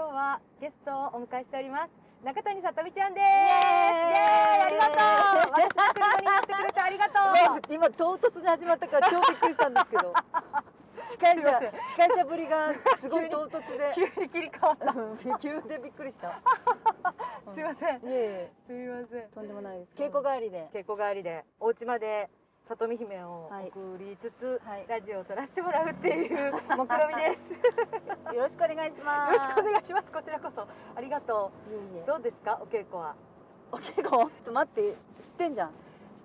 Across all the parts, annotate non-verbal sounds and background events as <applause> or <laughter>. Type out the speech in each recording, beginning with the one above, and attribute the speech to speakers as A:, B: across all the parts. A: はゲストをお迎えしております。中谷さとみちゃんです。イ
B: イエ
A: エーイ
B: ーイ
A: ありがとう。私の車に乗ってくれてありがとう。
B: 今唐突に始まったから超びっくりしたんですけ
A: <laughs>
B: ど司会
A: すいま
B: 者
A: せん
B: 司会者ぶりがすごい唐突で
A: <laughs> 急に切り替わった。
B: うん急でびっくりした
A: <laughs> すいません。
B: いえいえ
A: すいません。
B: とんでもないです稽古帰りで
A: 稽古帰りでお家まで里見姫を送りつつ、
B: はい
A: ラジオを撮らせてもらうっていう目論みです。 <laughs> よ
B: よろしくお願いしま
A: ろ
B: す
A: しくお願いします。こちらこそありがと。
B: いえいうえ
A: どうですかお稽古は？
B: お稽古ちょっと待って知ってんじゃん
A: 知っ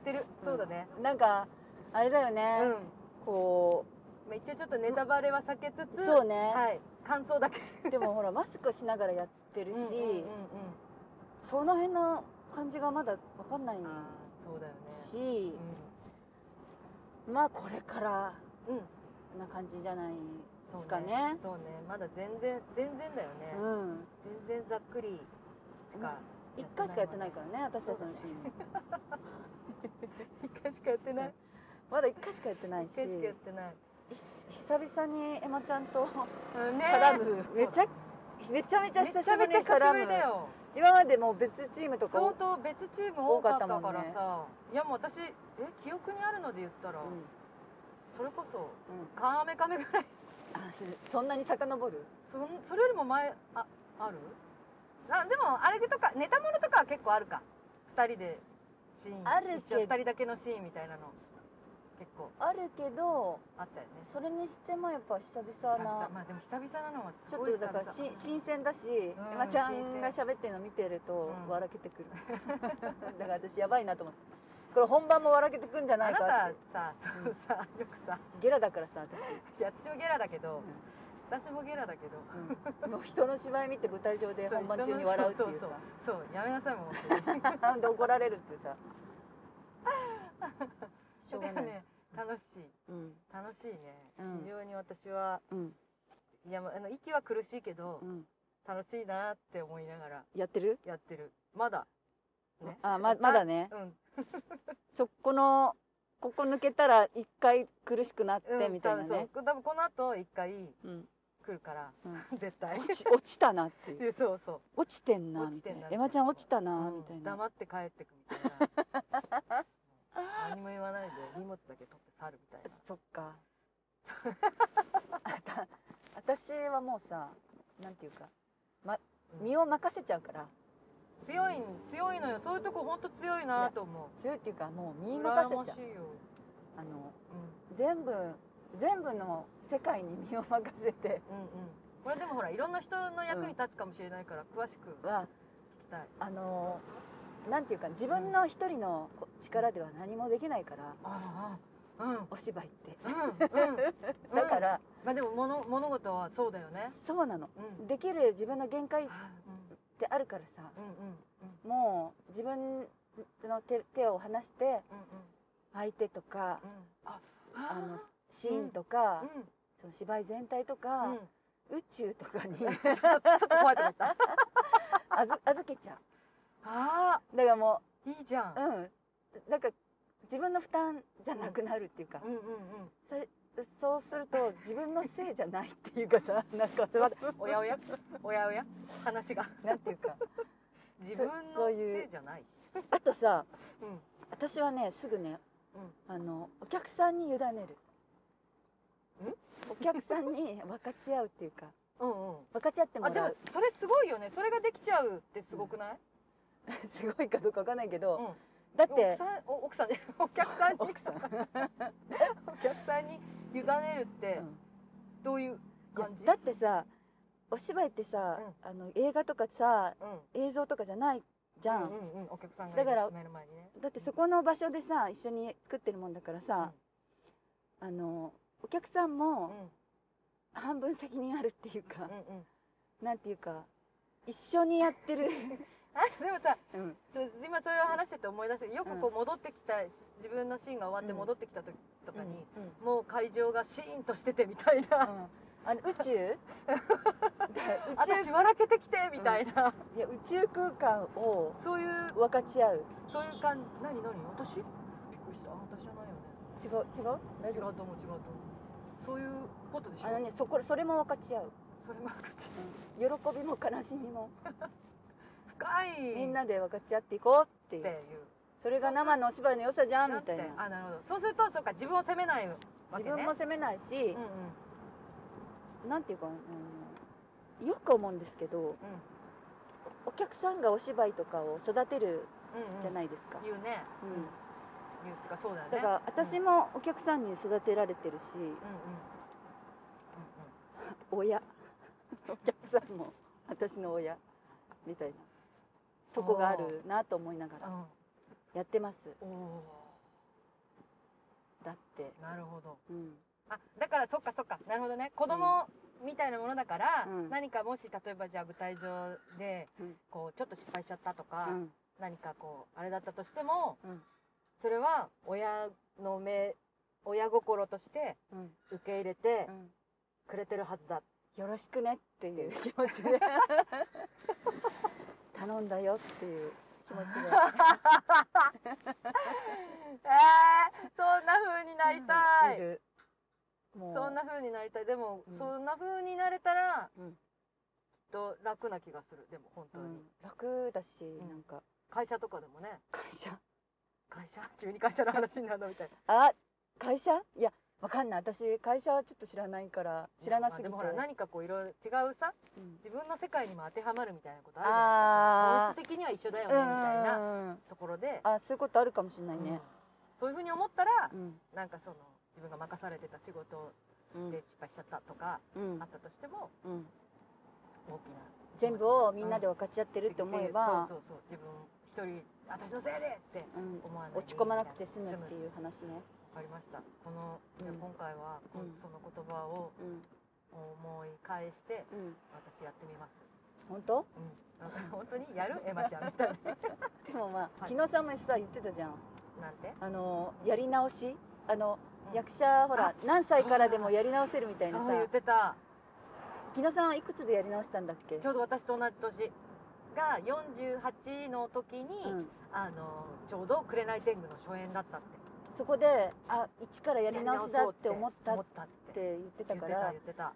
A: てる。そうだね。
B: んなんかあれだよ
A: う
B: ね
A: ん。ま
B: こ
A: あ、一応ちょっとネタバレは避けつ
B: う
A: つ、
B: そうね
A: はい。感想だけ。
B: でもほらマスクしながらやってるし
A: うんうんうんうん
B: その辺の感じがまだわかんない
A: あーそうだよね。
B: しまあこれから
A: うん。うん
B: な感じじゃないで
A: そう
B: すかね。
A: そうね。まだ全然全然だよね。
B: うん、
A: 全然ざっくりしか。
B: 一回しかやってないからね、私たちのシーン。
A: <laughs> 一回しかやってない。
B: まだ一回しかやってない
A: 一
B: し、
A: 回しかやってない。
B: ひ久々にエマちゃんと
A: うんね
B: 絡む。めちゃめちゃめちゃ
A: めち
B: 久
A: ゃ
B: しぶ
A: め
B: り
A: ちゃ
B: に
A: 久しぶり
B: 絡
A: だ
B: む。
A: よ
B: 今までもう別チームとか
A: 相
B: を、
A: 当別チーム多かったか
B: 多かった
A: ら
B: もんね
A: さ、いやもう私え記憶にあるので言ったら、
B: うん
A: それこそ
B: うん、
A: 「カメカメ」ぐらい
B: あすそんなに遡る？
A: そんそれよりも前ああるあでもあれとかネタものとかは結構あるか2人でシーン
B: あるけど
A: 一緒2人だけのシーンみたいなの結構
B: あるけど、
A: あったよね
B: それにしてもやっぱ久
A: 久
B: 々
A: 々
B: な。
A: まあでも久々なのは
B: ち
A: す
B: ょっ
A: ごい
B: と
A: 久
B: だ
A: 々
B: からし新鮮だし、エマちゃんが喋ってるの見てると
A: うん
B: 笑けてくる、 <laughs> だから私やばいなと思ってこれ本番も笑けてくんじゃな
A: あ
B: い
A: な
B: かったて
A: さそうさよくさ
B: ゲラだからさ私、
A: いや私もゲラだけど、
B: うん
A: 私もゲラだけど
B: うんもう人の芝居見て舞台上で本番中に笑うっていうさ
A: そそうやめなさい
B: <laughs>
A: もう本当に
B: で怒られるってい
A: <laughs>
B: うさしょうが
A: で
B: な
A: も
B: い、
A: <laughs> ね楽しい
B: うん
A: 楽しいね、
B: うん
A: 非常に私は
B: うん
A: いやまあの息は苦しいけど、
B: うん
A: 楽しいなって思いながら
B: やってる
A: やってるまだね
B: あままだね
A: うん
B: そこのここ抜けたら一回苦しくな
A: う
B: って
A: ん
B: みたいなね、
A: 多分そう多分この後一回
B: うん
A: 来るから、
B: う
A: 絶対 <laughs>
B: 落ち落ちたなっていう
A: でそうそう
B: 落ちてんな
A: 落ち
B: み
A: て
B: た
A: ん
B: い
A: な
B: なエマちゃん落ちたな
A: うん
B: みたいな
A: 黙って帰ってくみたいな何も言わないで荷物だけ取って去るみたいな
B: そっか <laughs> あた私はもうさなんていうか
A: うん
B: 身を任せちゃうから
A: 強いん強いのよそういうとこ本当強いなと思
B: 強いっていうかもう
A: う
B: 身任せちゃ
A: 羨ま
B: う
A: しいよ
B: あの
A: うん
B: 全部全部の世界に身を任せて
A: うんうん、これでもほらいろんな人の役に立つかもしれないから、詳しく聞
B: は
A: きたい
B: あのなんていうか自分の一人のこ力では何もできないから
A: ああうんうん
B: お芝居って
A: うん
B: だか、ら、
A: まあでも物物事はそうだよね
B: そうなの
A: うん
B: できる自分の限界っ
A: あ
B: てあるからさ
A: うんうんうんうん
B: もう自分の手手を離して
A: うん
B: 相手とか
A: うんうんああ
B: あのシーンとか、
A: うんうん
B: その芝居全体とか、宇宙と
A: <laughs>
B: かに
A: ちょっとちょっと怖いと思った
B: あず預けちゃ
A: あ
B: うだからも
A: ーいいじゃん
B: ううんなんか自分の負担じゃなくなるっていうか、
A: うんうん
B: そそうすると自分のせいじゃないっていう
A: <laughs>
B: かさなんか
A: うんおやおやおやおや話が
B: なんていうか
A: 自分
B: そ
A: の
B: ういう
A: せいじゃない
B: あとさ
A: うん
B: 私はねすぐね、
A: う
B: あのお客さんに委ねるお客さんに分かち合うっていうか
A: うんうん
B: 分かち合っても
A: あで
B: ら
A: も
B: う
A: それすごいよねそれができちゃうってすごくない、
B: <laughs> すごいかどうか分かんないけど、
A: うん
B: だっ
A: 奥
B: て
A: さんお奥さんじ
B: <laughs>
A: ゃないお客さんに
B: 奥さん
A: お客さんに委ねるって
B: うん
A: どういう
B: いや
A: 感じ、
B: だってさお芝居ってさ、あの映画とかさ
A: うん
B: 映像とかじゃないじゃん、
A: うんうんうんお客さんが
B: だから
A: 目の前にね
B: だってそこの場所でさ一緒に作ってるもんだからさ、あのお客さん
A: うんう
B: も
A: ん
B: 半分責任あるっていうか、
A: うんうん
B: なんていうか一緒にやってる、
A: あでもさ
B: <laughs> うん
A: ちょ今それを話してて思い出してよくこう戻ってきた、自分のシーンが終わって戻ってきた時とかに、
B: うんうん
A: もう会場がシーンとしててみたいな、
B: あの <laughs> 宇宙宇宙
A: <laughs> 私笑けてきてみたいな、
B: いや宇宙空間を
A: そういう
B: 分かち合う
A: そういう感じ何何私びっくりしたあ私じゃないよね
B: 違う違う大
A: 違う
B: 丈夫
A: と思う違うと思うそういうことでしょ
B: あのねそこそれも分かち合う
A: それも分かち
B: 喜びも悲しみも
A: 深い
B: みんなで分かち合っていこうっ
A: っててい
B: いう
A: う
B: それが生のお芝居の良さじゃん
A: な
B: み
A: ん
B: た
A: て
B: いな
A: あなるほどそうするとそうか自分を責めないわけ、
B: 自
A: ね、
B: 分も責めないし
A: うんうん
B: なんていうかうんよく思うんですけどお客さんがお芝居とかを育てる
A: うんうん
B: じゃ
A: い
B: ないですか、
A: 言うね
B: うん
A: 言うとかそうだよね
B: だから私もお客さんに育てられてるし
A: うんうんうんうん
B: 親 <laughs> お客さんも私の親みたいなとこがあるなと思いながら
A: う
B: やってます
A: ん、お
B: だって、
A: ーなるほど
B: うん、
A: あだからそっかそっかなるほどね子供みたいなものだから、
B: うん
A: 何かもし例えばじゃあ舞台上で、
B: うん
A: こうちょっと失敗しちゃったとか、
B: うん
A: 何かこうあれだったとしても、
B: うん
A: それは親の目親心として
B: うん
A: 受け入れて
B: うん
A: くれてるはずだ、
B: よろしくねっていう気持
A: <laughs>
B: ちで頼んだよっていう気持ちで
A: えー、そんな風になりたい、
B: るもう
A: そんな風になりたいでも、
B: うん
A: そんな風になれたら、
B: うん
A: きっと楽な気がするでも本当
B: う
A: に、
B: ん楽だし、
A: ん
B: なんか
A: 会社とかでもね
B: 会社
A: 会社 <laughs> 急に会社の話になるのみたいな
B: あ会社いやわかんない私会社はちょっと知らないから知らなすぎて、
A: まあでもほら何かこういろいろ違うさ
B: うん
A: 自分の世界にも当てはまるみたいなことあ
B: あ
A: るじゃないですか本質的には一緒だよ
B: う
A: ねみたい
B: ん
A: な
B: うんうん
A: ところで、
B: あそういうことあるかもしれない
A: うん
B: ね、
A: そういうふうに思ったら、
B: うん
A: なんかその自分が任されてた仕事
B: うん
A: で失敗しちゃったとか、
B: うん
A: あったとしても
B: うん
A: 大きな
B: 全部をみんなで分かち合ってるって思えば、
A: そうそうそう自分一人私のせいでって
B: うん
A: 思わない
B: 落ち込まなくて済むって
A: う
B: いう話ね、
A: わかりましたこの、じゃあ
B: うん
A: 今回は、こ
B: うん
A: その言葉を
B: うん
A: 思い返して
B: うん、
A: 私やってみます
B: 本当
A: うん、なんか <laughs> 本当にやるエマちゃんみたいな
B: でもまあ、木野さんもさ言ってたじゃん
A: なんて、
B: あのやり直しあの、
A: うん
B: 役者ほら何歳からでもやり直せるみたいな
A: そう
B: さ
A: 言ってた
B: 木野さんはいくつでやり直したんだっけ
A: ちょうど私と同じ年が48の時に、
B: うん、
A: あのちょうど「紅天狗」の初演だったって
B: そこであ一からやり直しだって思った
A: 思
B: っ
A: ったって
B: て言ってた
A: 言っ
B: か
A: てた
B: ら
A: 言ってた
B: あ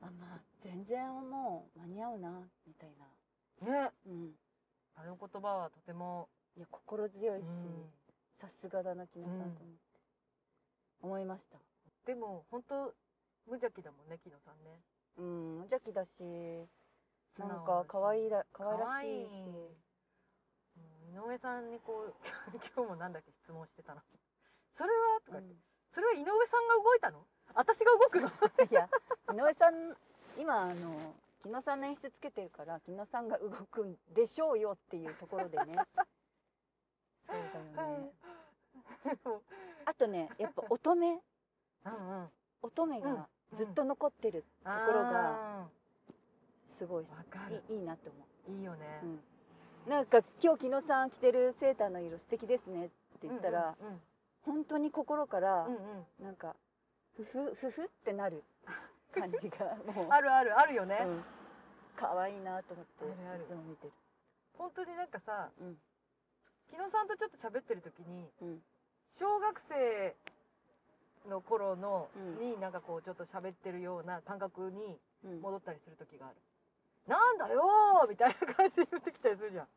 B: まあ全然もう間に合うなみたいな、
A: ね
B: うん、
A: あの言葉はとても、
B: いや心強
A: う
B: いし、
A: ん、
B: さすがだな木野さんと思って、思いました
A: でも本当無邪気だもんね木野さんね
B: うん無邪気だし
A: 素
B: な
A: 直
B: んか可愛いだ可愛ら
A: 可
B: し
A: 愛
B: い
A: い
B: し
A: うん井上さんにこう <laughs> 今日もなんだっけ質問してたのそれはとか言って、それは井上さんが動いたの私が動くの
B: うん <laughs> いや井上さん今あの木野さんの演出つけてるから木野さんが動くんでしょうよっていうところ
A: <laughs>
B: でねそうだよねあとねやっぱ乙女
A: うんうん
B: 乙女
A: うんうん
B: がずっと残ってる
A: と
B: ころがすごい
A: わかる
B: いいいいなと思
A: いいよね
B: う、うん、なんか今日木野さん着てるセーターの色素敵ですねって言ったら、本当に心から
A: うんうんうんうん
B: なんかふふふふってなる感じがもう
A: あるあるあるよね、
B: うん可愛いなと思って
A: あるある
B: いつも見てる。
A: 本当になんかさ
B: うん
A: 木野さんとちょっと喋ってる時に
B: うん
A: 小学生の頃の、
B: うん
A: になんかこうちょっと喋ってるような感覚に
B: うん
A: 戻ったりする時がある、なんだよーみたいな感じで言ってきたりするじゃん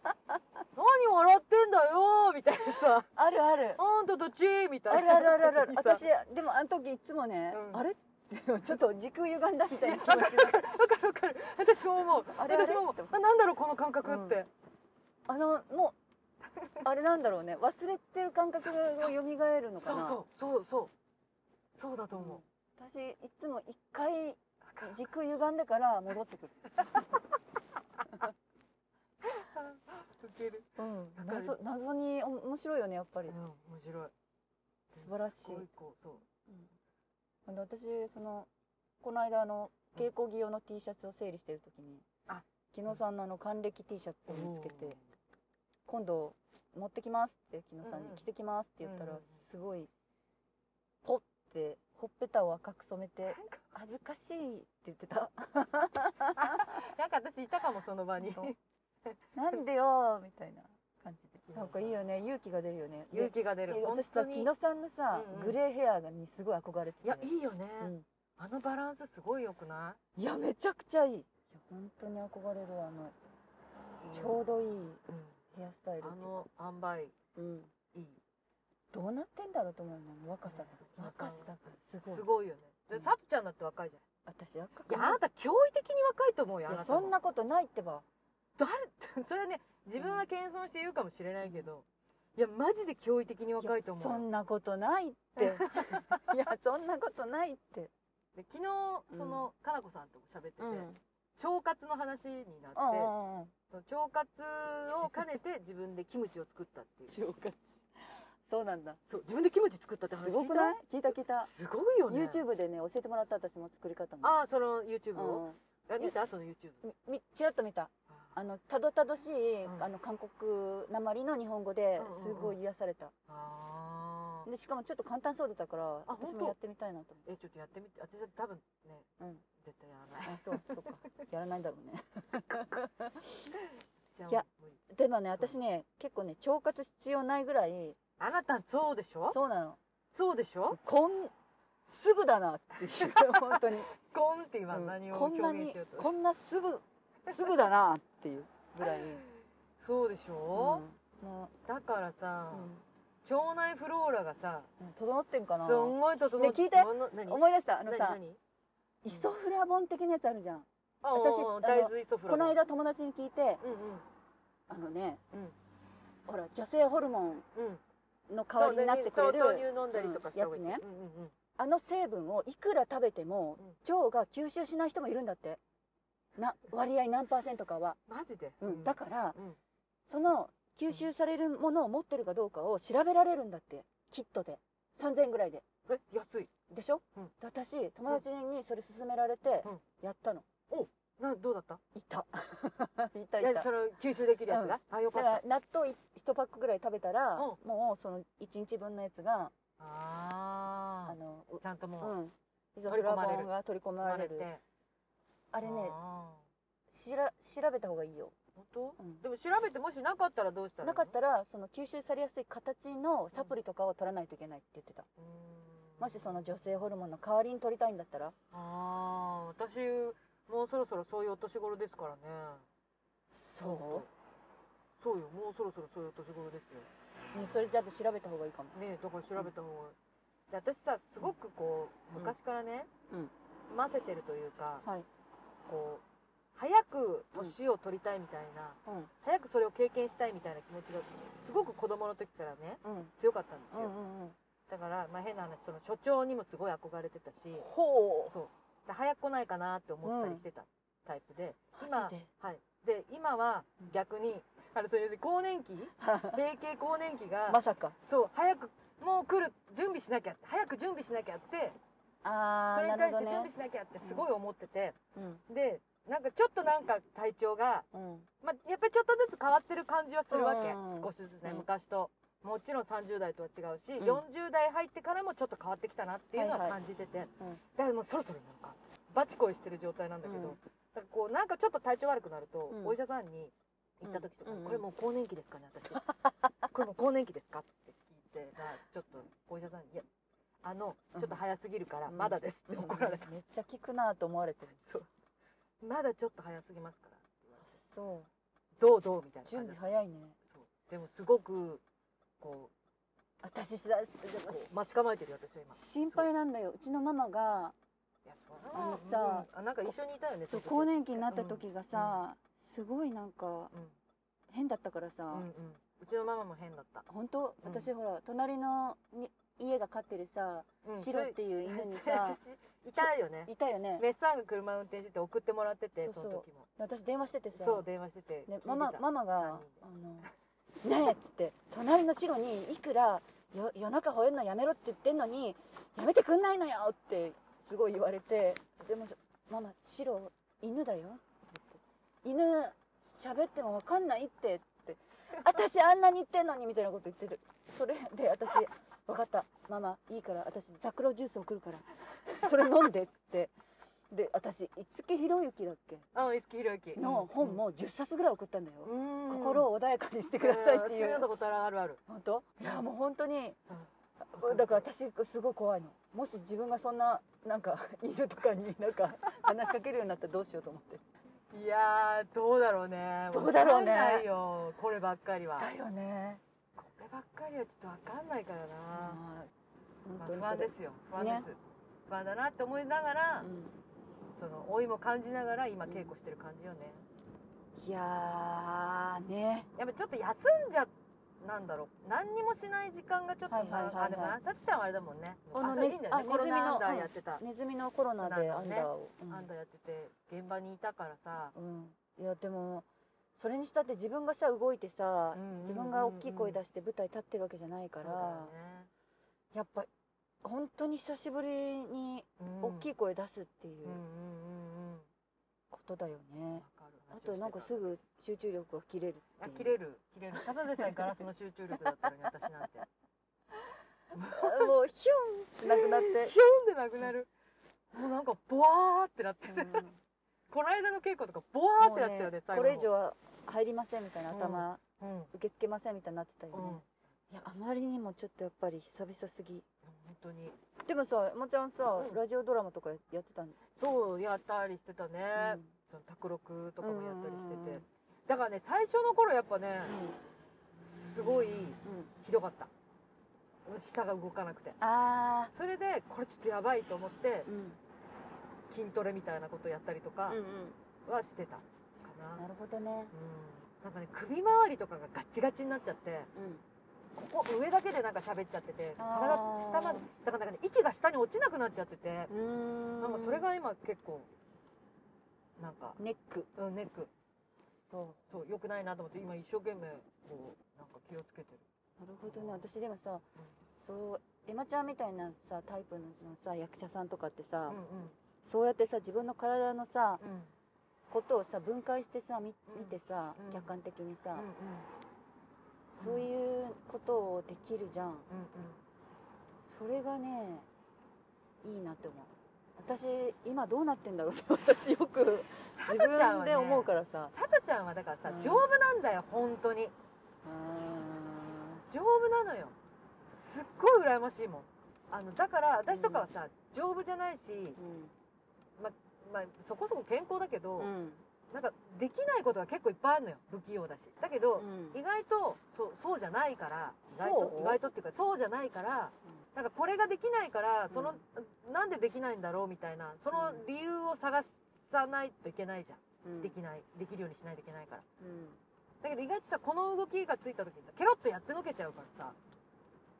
A: <laughs> 何笑ってんだよーみたいなさ
B: あるある
A: あんたどっちみた <laughs>
B: あ
A: い
B: る
A: な
B: あるあるあるあ
A: 時
B: る
A: にさ
B: <laughs> 私でもあの時いつもね、
A: うん
B: あれ <laughs> ちょっと時空歪んだみたいな気持ちで
A: わかるわかる私も思う
B: あれあれ
A: 私も思
B: って
A: う
B: 思う
A: あなんだろうこの感覚って、
B: あのもうあれなんだろうね忘れてる感覚が蘇るのかな
A: そうそうそうそうそうだと思う、
B: 私いつも一回
A: わか
B: <laughs>
A: る
B: 時空歪んでから戻ってくる、
A: 受ける、
B: うん
A: か、る
B: 謎謎にお面白いよねやっぱり
A: うん、面白い
B: 素晴らしい
A: すごこうそう
B: うんで私そのこの間あの稽古着用の T シャツを整理してる時に
A: あ
B: 木野さんのあの還暦 T シャツを見つけ
A: おー
B: て「今度持ってきます」って木野さん
A: うんう
B: に
A: ん
B: 「着てきます」って言った
A: うんう
B: ら
A: んうん
B: すごいポッてほっぺたを赤く染めて「恥ずかしい」って言って <laughs> た
A: なんか私いたかもその場に
B: 本「なんでよ」みたいな感じで
A: いや
B: なんかいいよね勇気が出るよねで
A: 勇気が出
B: で
A: る
B: 私さ
A: 本当
B: 木
A: に
B: 野さんのさ
A: うんうん
B: グレーヘアにすごい憧れてて
A: いやいいよね、
B: うん
A: あのバランスすごい良くない
B: やめちゃくちゃいいいや本当に憧れるあの
A: い
B: ちょうどいい
A: うん
B: ヘアスタイルって
A: あ
B: いうか
A: の塩梅
B: うん、
A: いい
B: どうなってんだろうと思うよねあの若さが
A: ね
B: 若さがすごい
A: すごいよね
B: う
A: で
B: ん
A: さとちゃんだって若いじ
B: 私赤
A: ゃ
B: く
A: んいやあなた驚異的に若いと思うよあ
B: い
A: な
B: や
A: た
B: そ
A: も
B: んなことないってば
A: 誰 <laughs> それはね自分は謙遜して言うかもしれないけど、いやマジで驚異的に若いと思う
B: や
A: よ
B: そんなことないって <laughs> いやそんなことないって、
A: で昨日その、かなこさんとも喋ってて、
B: うん、
A: 腸活の話になって、
B: うんうん
A: その腸活を兼ねて自分で <laughs> キムチを作ったっていう
B: 腸活そうなんだ
A: そう自分でキムチ作ったって話
B: すごくない聞いた聞いた
A: すごいよね
B: YouTube でね教えてもらった私も作り方も
A: ああその YouTube を、
B: う
A: あ見たその YouTube
B: ん、みみちらっと見たあのたどたどしい、
A: うん
B: あの韓国なまりの日本語で
A: うんうんうん
B: すごい癒された、
A: あー
B: でしかもちょっと簡単そうだったから
A: あ
B: 私
A: 本当
B: もやってみたいなと
A: えちょっとやってみて私は多分ね
B: 思って、
A: 絶対やら
B: <laughs> うん、
A: ない
B: あそうそうかやらないんだろうね
A: 私はい
B: や
A: 無理
B: <laughs> でもね私ね結構ね腸活必要ないぐらい
A: あなたそうでしょ
B: そうなの
A: そうでしょ
B: こんすぐだなっていう本
A: <laughs>
B: 当に、
A: コンって今
B: うん
A: 何を
B: こ
A: 表
B: んな
A: 現
B: に
A: しようと
B: こんなすぐすぐだなっていうぐ
A: <laughs>
B: らい、
A: そうでし
B: うん
A: ょ、
B: も
A: だからさ
B: う、、
A: 腸内フローラがさ
B: うん、整ってんかな
A: すんごい整って
B: ね聞いて
A: もの何
B: 思い出したあの
A: 何
B: さ
A: 何
B: イソフラボン的なやつあるじゃん
A: ああ
B: 私
A: あ
B: あの
A: 大豆イソフラボ
B: こ
A: ン
B: の間友達に聞いて
A: うん
B: あのね
A: うん
B: ほら女性ホルモ
A: うんうん
B: ンの代わりになってくれ
A: そうね豆豆
B: る
A: 乳飲んだりとかした方がいい
B: うんやつ
A: うんうんうん
B: あの成分をいくら食べても腸が吸収しない人もいるんだってな割合何パーセントかは、
A: マジで
B: うんだから、
A: うん
B: その吸収されるものを持ってるかどうかを調べられるんだってキットで3000円ぐらいで
A: らえ安い
B: でしょ、
A: うん
B: で私友達にそれ勧められて
A: うん
B: やったの
A: などうだった
B: いた <laughs> いたい
A: いや
B: た
A: その吸収できるやつが、あよか
B: だか
A: った
B: ら納豆い一パックぐらい食べたら、
A: う
B: もうその一日分のやつが、
A: あ
B: あ
A: あ
B: の
A: ちゃんと
B: う
A: も
B: んイゾフラボ
A: 取り込まれる
B: ンが取り込
A: う
B: ま
A: 生ま
B: れ
A: れ
B: る
A: て
B: あ
A: あ
B: れね
A: ー
B: しら調べた方がいいよ、
A: 本当
B: うん
A: でも調べてもしなかったらどうしたらいい
B: な
A: の
B: かったらその吸収されやすい形のサプリとかを取らないといけないって言ってた、
A: うーん
B: もしその女性ホルモンの代わりに取りたいんだったら
A: ああ私もうそろそろそういうお年頃ですからね
B: そ
A: そうよもうそろそろそういうお年頃ですよ
B: う、うん、それじゃあ調べた方がいいかも
A: ねえだから調べた方がいいで私さすごくこう
B: うん
A: 昔からね、
B: うん
A: 混ぜてるというか
B: はい、
A: こう早く年を取りたいみたいな、
B: うん
A: 早くそれを経験したいみたいな気持ちがすごく子供の時からね
B: うん、
A: 強かったんです
B: う
A: よ、
B: んうんうん
A: だから、まあ、変な話その所長にもすごい憧れてたし
B: ほう
A: そうで早く来ないかなって思ったりしてたタイプで、今
B: マジで
A: はい、で今は逆にあのそれ要するに更年期閉経更年期が
B: <laughs> まさか
A: そう早くもう来る準備しなきゃって早く準備しなきゃって
B: あ
A: そ
B: ー
A: れ
B: な
A: に
B: る
A: 対
B: ほ
A: して準備
B: どね
A: しなきゃってすごい思ってて、
B: うん
A: でなんかちょっとなんか体調が、
B: うん
A: まあ、やっぱりちょっとずつ変わってる感じはするわけ、
B: うん
A: 少しずつね、
B: うん
A: 昔ともちろん30代とは違うし、
B: うん
A: 40代入ってからもちょっと変わってきたなっていうのは
B: はいは
A: 感じてて、
B: うん
A: だからもうそろそろなんかバチ恋してる状態なんだけど、
B: う
A: だ
B: ん
A: からこうなんかちょっと体調悪くなると、
B: うん
A: お医者さんに行った時とかに、
B: うんうん
A: これもう更年期ですかね
B: <laughs>
A: 私これもう更年期ですかって聞いて、まあ、ちょっとお医者さんに「いやあのちょっと早すぎるから
B: うん
A: まだです」って怒られた、
B: めっちゃ効くなと思われてる
A: そうまだちょっと早すぎますから
B: あそう
A: どうどうみたいな
B: 準
A: 感じ
B: 備早いね
A: そうでもすごくこ
B: 私しだしで
A: う
B: も
A: こう待ち構えてるよ私は今
B: 心配なんだようちのママが
A: いやそうな
B: あのさ、
A: うんあなんか一緒にいたよね
B: そ
A: の
B: う
A: 時
B: 更年期になった時がさ、すごいなんか
A: うん
B: 変だったから
A: う
B: さ、
A: んうんうちのママも変だった、
B: 本当
A: うん
B: 私ほら隣のみ家が飼ってるさ
A: うん
B: シロっていう
A: それ
B: 犬にさ
A: 私いたよね
B: いたよね
A: メッサンが車運転してて送ってもらってて
B: そう
A: そ
B: そう
A: の時も
B: 私電話しててさ
A: そう電話してて聞い
B: で
A: てた
B: ママママが
A: 三人で
B: 「あのねえ」っつって「隣のシロにいくらよ夜中吠えるのやめろって言ってんのにやめてくんないのよ」ってすごい言われて「でもしママシロ犬だよ」って言って「犬喋ってもわかんないって」って「私あんなに言ってんのに」みたいなこと言ってるそれで私「分かったママいいから私ザクロジュース送るからそれ飲んで」っつってで私五木ひろゆきだっけ
A: あの五木ひろゆき
B: の本も10冊ぐらい送ったんだよ、
A: うん
B: 心を穏やかにしてくださいっていう
A: うん、そういうのとこたらあるある
B: 本当いやもう本当に、だから私すごい怖いのもし自分がそんななんか <laughs> 犬とかにな
A: <laughs>
B: んか話しかけるようになったらどうしようと思って
A: いやーどうだろうね
B: どうだろうね
A: わかんないよこればっかりは
B: だよね
A: こればっかりはちょっとわかんないからな、
B: あー
A: ま
B: 本
A: あ
B: 当
A: 不
B: にそ
A: 安
B: れ
A: で、すよ不安です、不安だなって思いながら、
B: う
A: その老いも感じながら今稽古してる感じよね、
B: んいやーね
A: やっぱちょっと休んじゃなんだろう何にもしない時間がちょっと
B: はいはいはいはい
A: あでもあさっちゃんはあれだもんね
B: あの
A: あそう
B: ね
A: いいんだよ
B: あ
A: ねコロナアンダ
B: ネ
A: ー
B: ズミの
A: やってた、
B: ネズミのコロナでアンダーを、うん
A: アンダーやってて現場にいたからさ
B: うん、いやでもそれにしたって自分がさ動いてさ、
A: うんうんうんうん
B: 自分が大きい声出して舞台立ってるわけじゃないから、
A: そうだよ
B: やっぱ本当に久しぶりに
A: ね、
B: 大き
A: い
B: い声出すっていう
A: うんうんうんうん
B: ことだよね
A: わ、かる
B: あとなんかす
A: ぐ
B: ぐ集中力が切れる
A: あ
B: って
A: 切
B: いう
A: れる切れるただでさえガラスの集中力だったのに私なんて
B: あもうヒュンなくなっ
A: ひょんでなくなるもうなんかボワーってなってて、 <laughs>
B: て、うん
A: この間の稽古とかボワー
B: も
A: って
B: う
A: なってたよね
B: ね
A: 最後の
B: これ以上は入りませんみたいな
A: うん
B: 頭、
A: うん、うん、
B: 受け付けませんみたいになってたよね、
A: 本
B: いやあまりにもちょっとやっぱり久々すぎ
A: 当に
B: でもさ山ちゃんさ、
A: うん
B: ラジオドラマとかやってたん
A: そうやったりしてたね、
B: だ、
A: その卓録とかもやったりしてて、
B: うん
A: だからね最初の頃やっぱねすごい
B: うんうん
A: ひどかった下が動かなくて
B: あ
A: それでこれちょっとやばいと思って
B: ーうん
A: 筋トレみたいなことやったりとか
B: うん
A: はしてたかな、
B: なるほどね
A: うん、なんかね首周りとかがガッチガチになっちゃって
B: うん
A: ここ上だけでなんか喋っちゃってて体
B: あー
A: 下までだからなんか、ね、息が下に落ちなくなっちゃってて
B: うーん
A: なんかそれが今結構なんか、
B: ネック
A: うん、ネック
B: そ
A: そう良くないなと思って今一生懸命こうなんか気をつけてる
B: うなるほどね私でもさそうエマちゃんみたいなさタイプのさ役者さんとかって
A: う
B: さ、
A: ん
B: そうやってさ自分の体のさ
A: うんうん
B: ことをさ分解してさ見見てさ、
A: うん
B: 客観的にさ、
A: うん
B: そういうことをできるじゃん
A: うん
B: それがねいいなって思う私今どうなってんだろうって私よ <laughs> く自
A: ちゃんはね
B: 分で思うからさ、
A: さとちゃんはだからさ、
B: うん
A: 丈夫なんだよ本当に
B: う
A: 丈夫なのよすっごい羨ましいもんあのだから私とかはさ、丈夫じゃないし、
B: ー
A: まあ、そこそこ健康だけど、
B: んうん
A: なんかできないことが結構いっぱいあるのよ不器用だしだけど、
B: うん
A: 意外とそうそうじゃないから意外
B: そ
A: と
B: う
A: 意外とっていうかそうじゃないから、
B: う
A: なんかこれができないから
B: ん
A: その、なんでできないんだろうみたいなその
B: うん
A: 理由を探さないといけないじゃん、
B: うん
A: できないできるようにしないといけないから
B: うん
A: だけど意外とさこの動きがついた時にさケロッとやってのけちゃうから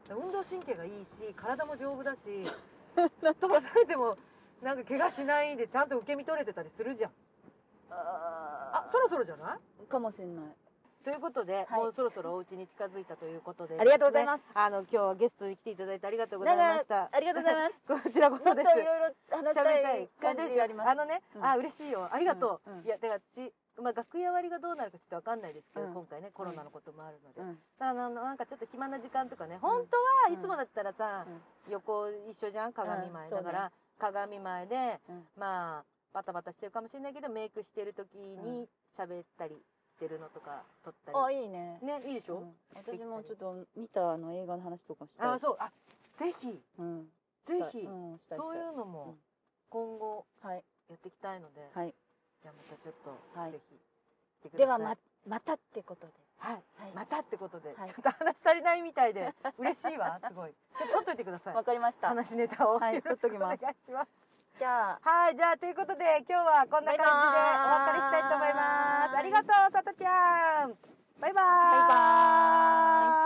A: さ運動神経がいいし体も丈夫だし
B: <laughs>
A: すっ飛ばされてもなんか怪我しないでちゃんと受け身取れてたりするじゃんあ
B: あ
A: そろそろじゃない
B: かもしれない
A: ということで、
B: はい
A: もうそろそろお家に近づいたということで、
B: ありがとうございます
A: ねあの今日はゲストに来ていただいてありがとうございました。
B: ありがとうございます
A: こちらこ
B: も
A: そ
B: っと
A: で
B: い
A: す。
B: ろいろ話し
A: 喋り
B: たい感じあります
A: あのね、
B: うん
A: あ嬉しいよ。ありがとう。
B: うんうん
A: いやだから私。まあ、楽屋割りがどうなるかちょっとわかんないですけど、
B: うん
A: 今回ねコロナのこともあるので、
B: うん
A: あのなんかちょっと暇な時間とかね本当
B: う
A: は
B: ん
A: いつもだったらさ、
B: うん
A: 横一緒じゃん鏡前、
B: うんそう
A: だ
B: ね
A: から鏡前で、
B: うん
A: まあバタバタしてるかもしれないけどメイクしてる時
B: うん
A: に喋ったりしてるのとか撮ったり
B: あいいね
A: ね、いいでし
B: う
A: ょ、
B: ん私もちょっと見たあの映画の話とかしたい
A: あ、そう、あ、ぜひ、
B: うん
A: ぜ
B: したい
A: ひ、
B: うんしたいし
A: そう
B: た
A: い
B: いう
A: の
B: う
A: も
B: ん、
A: 今後、
B: はい
A: やっていきたいので、
B: はい
A: じゃあまたちょっと、
B: はい
A: ぜひ来てください、
B: ではままたってことで
A: はい、
B: はい
A: またってことで、
B: はい
A: ちょっと話足りないみたいで、嬉しい
B: <laughs>
A: わ、すごい。ちょっと取っといてください
B: わ。かりました
A: 話ネタを、
B: はい
A: よろしく
B: 取っときます
A: お願いします。
B: じゃあ
A: はい、じゃあ、ということで、今日はこんな感じで、お別れしたいと思います。
B: バ
A: あ
B: イ
A: り
B: バーイ
A: がとう、さとちゃん。バイバーイ。
B: バイバーイ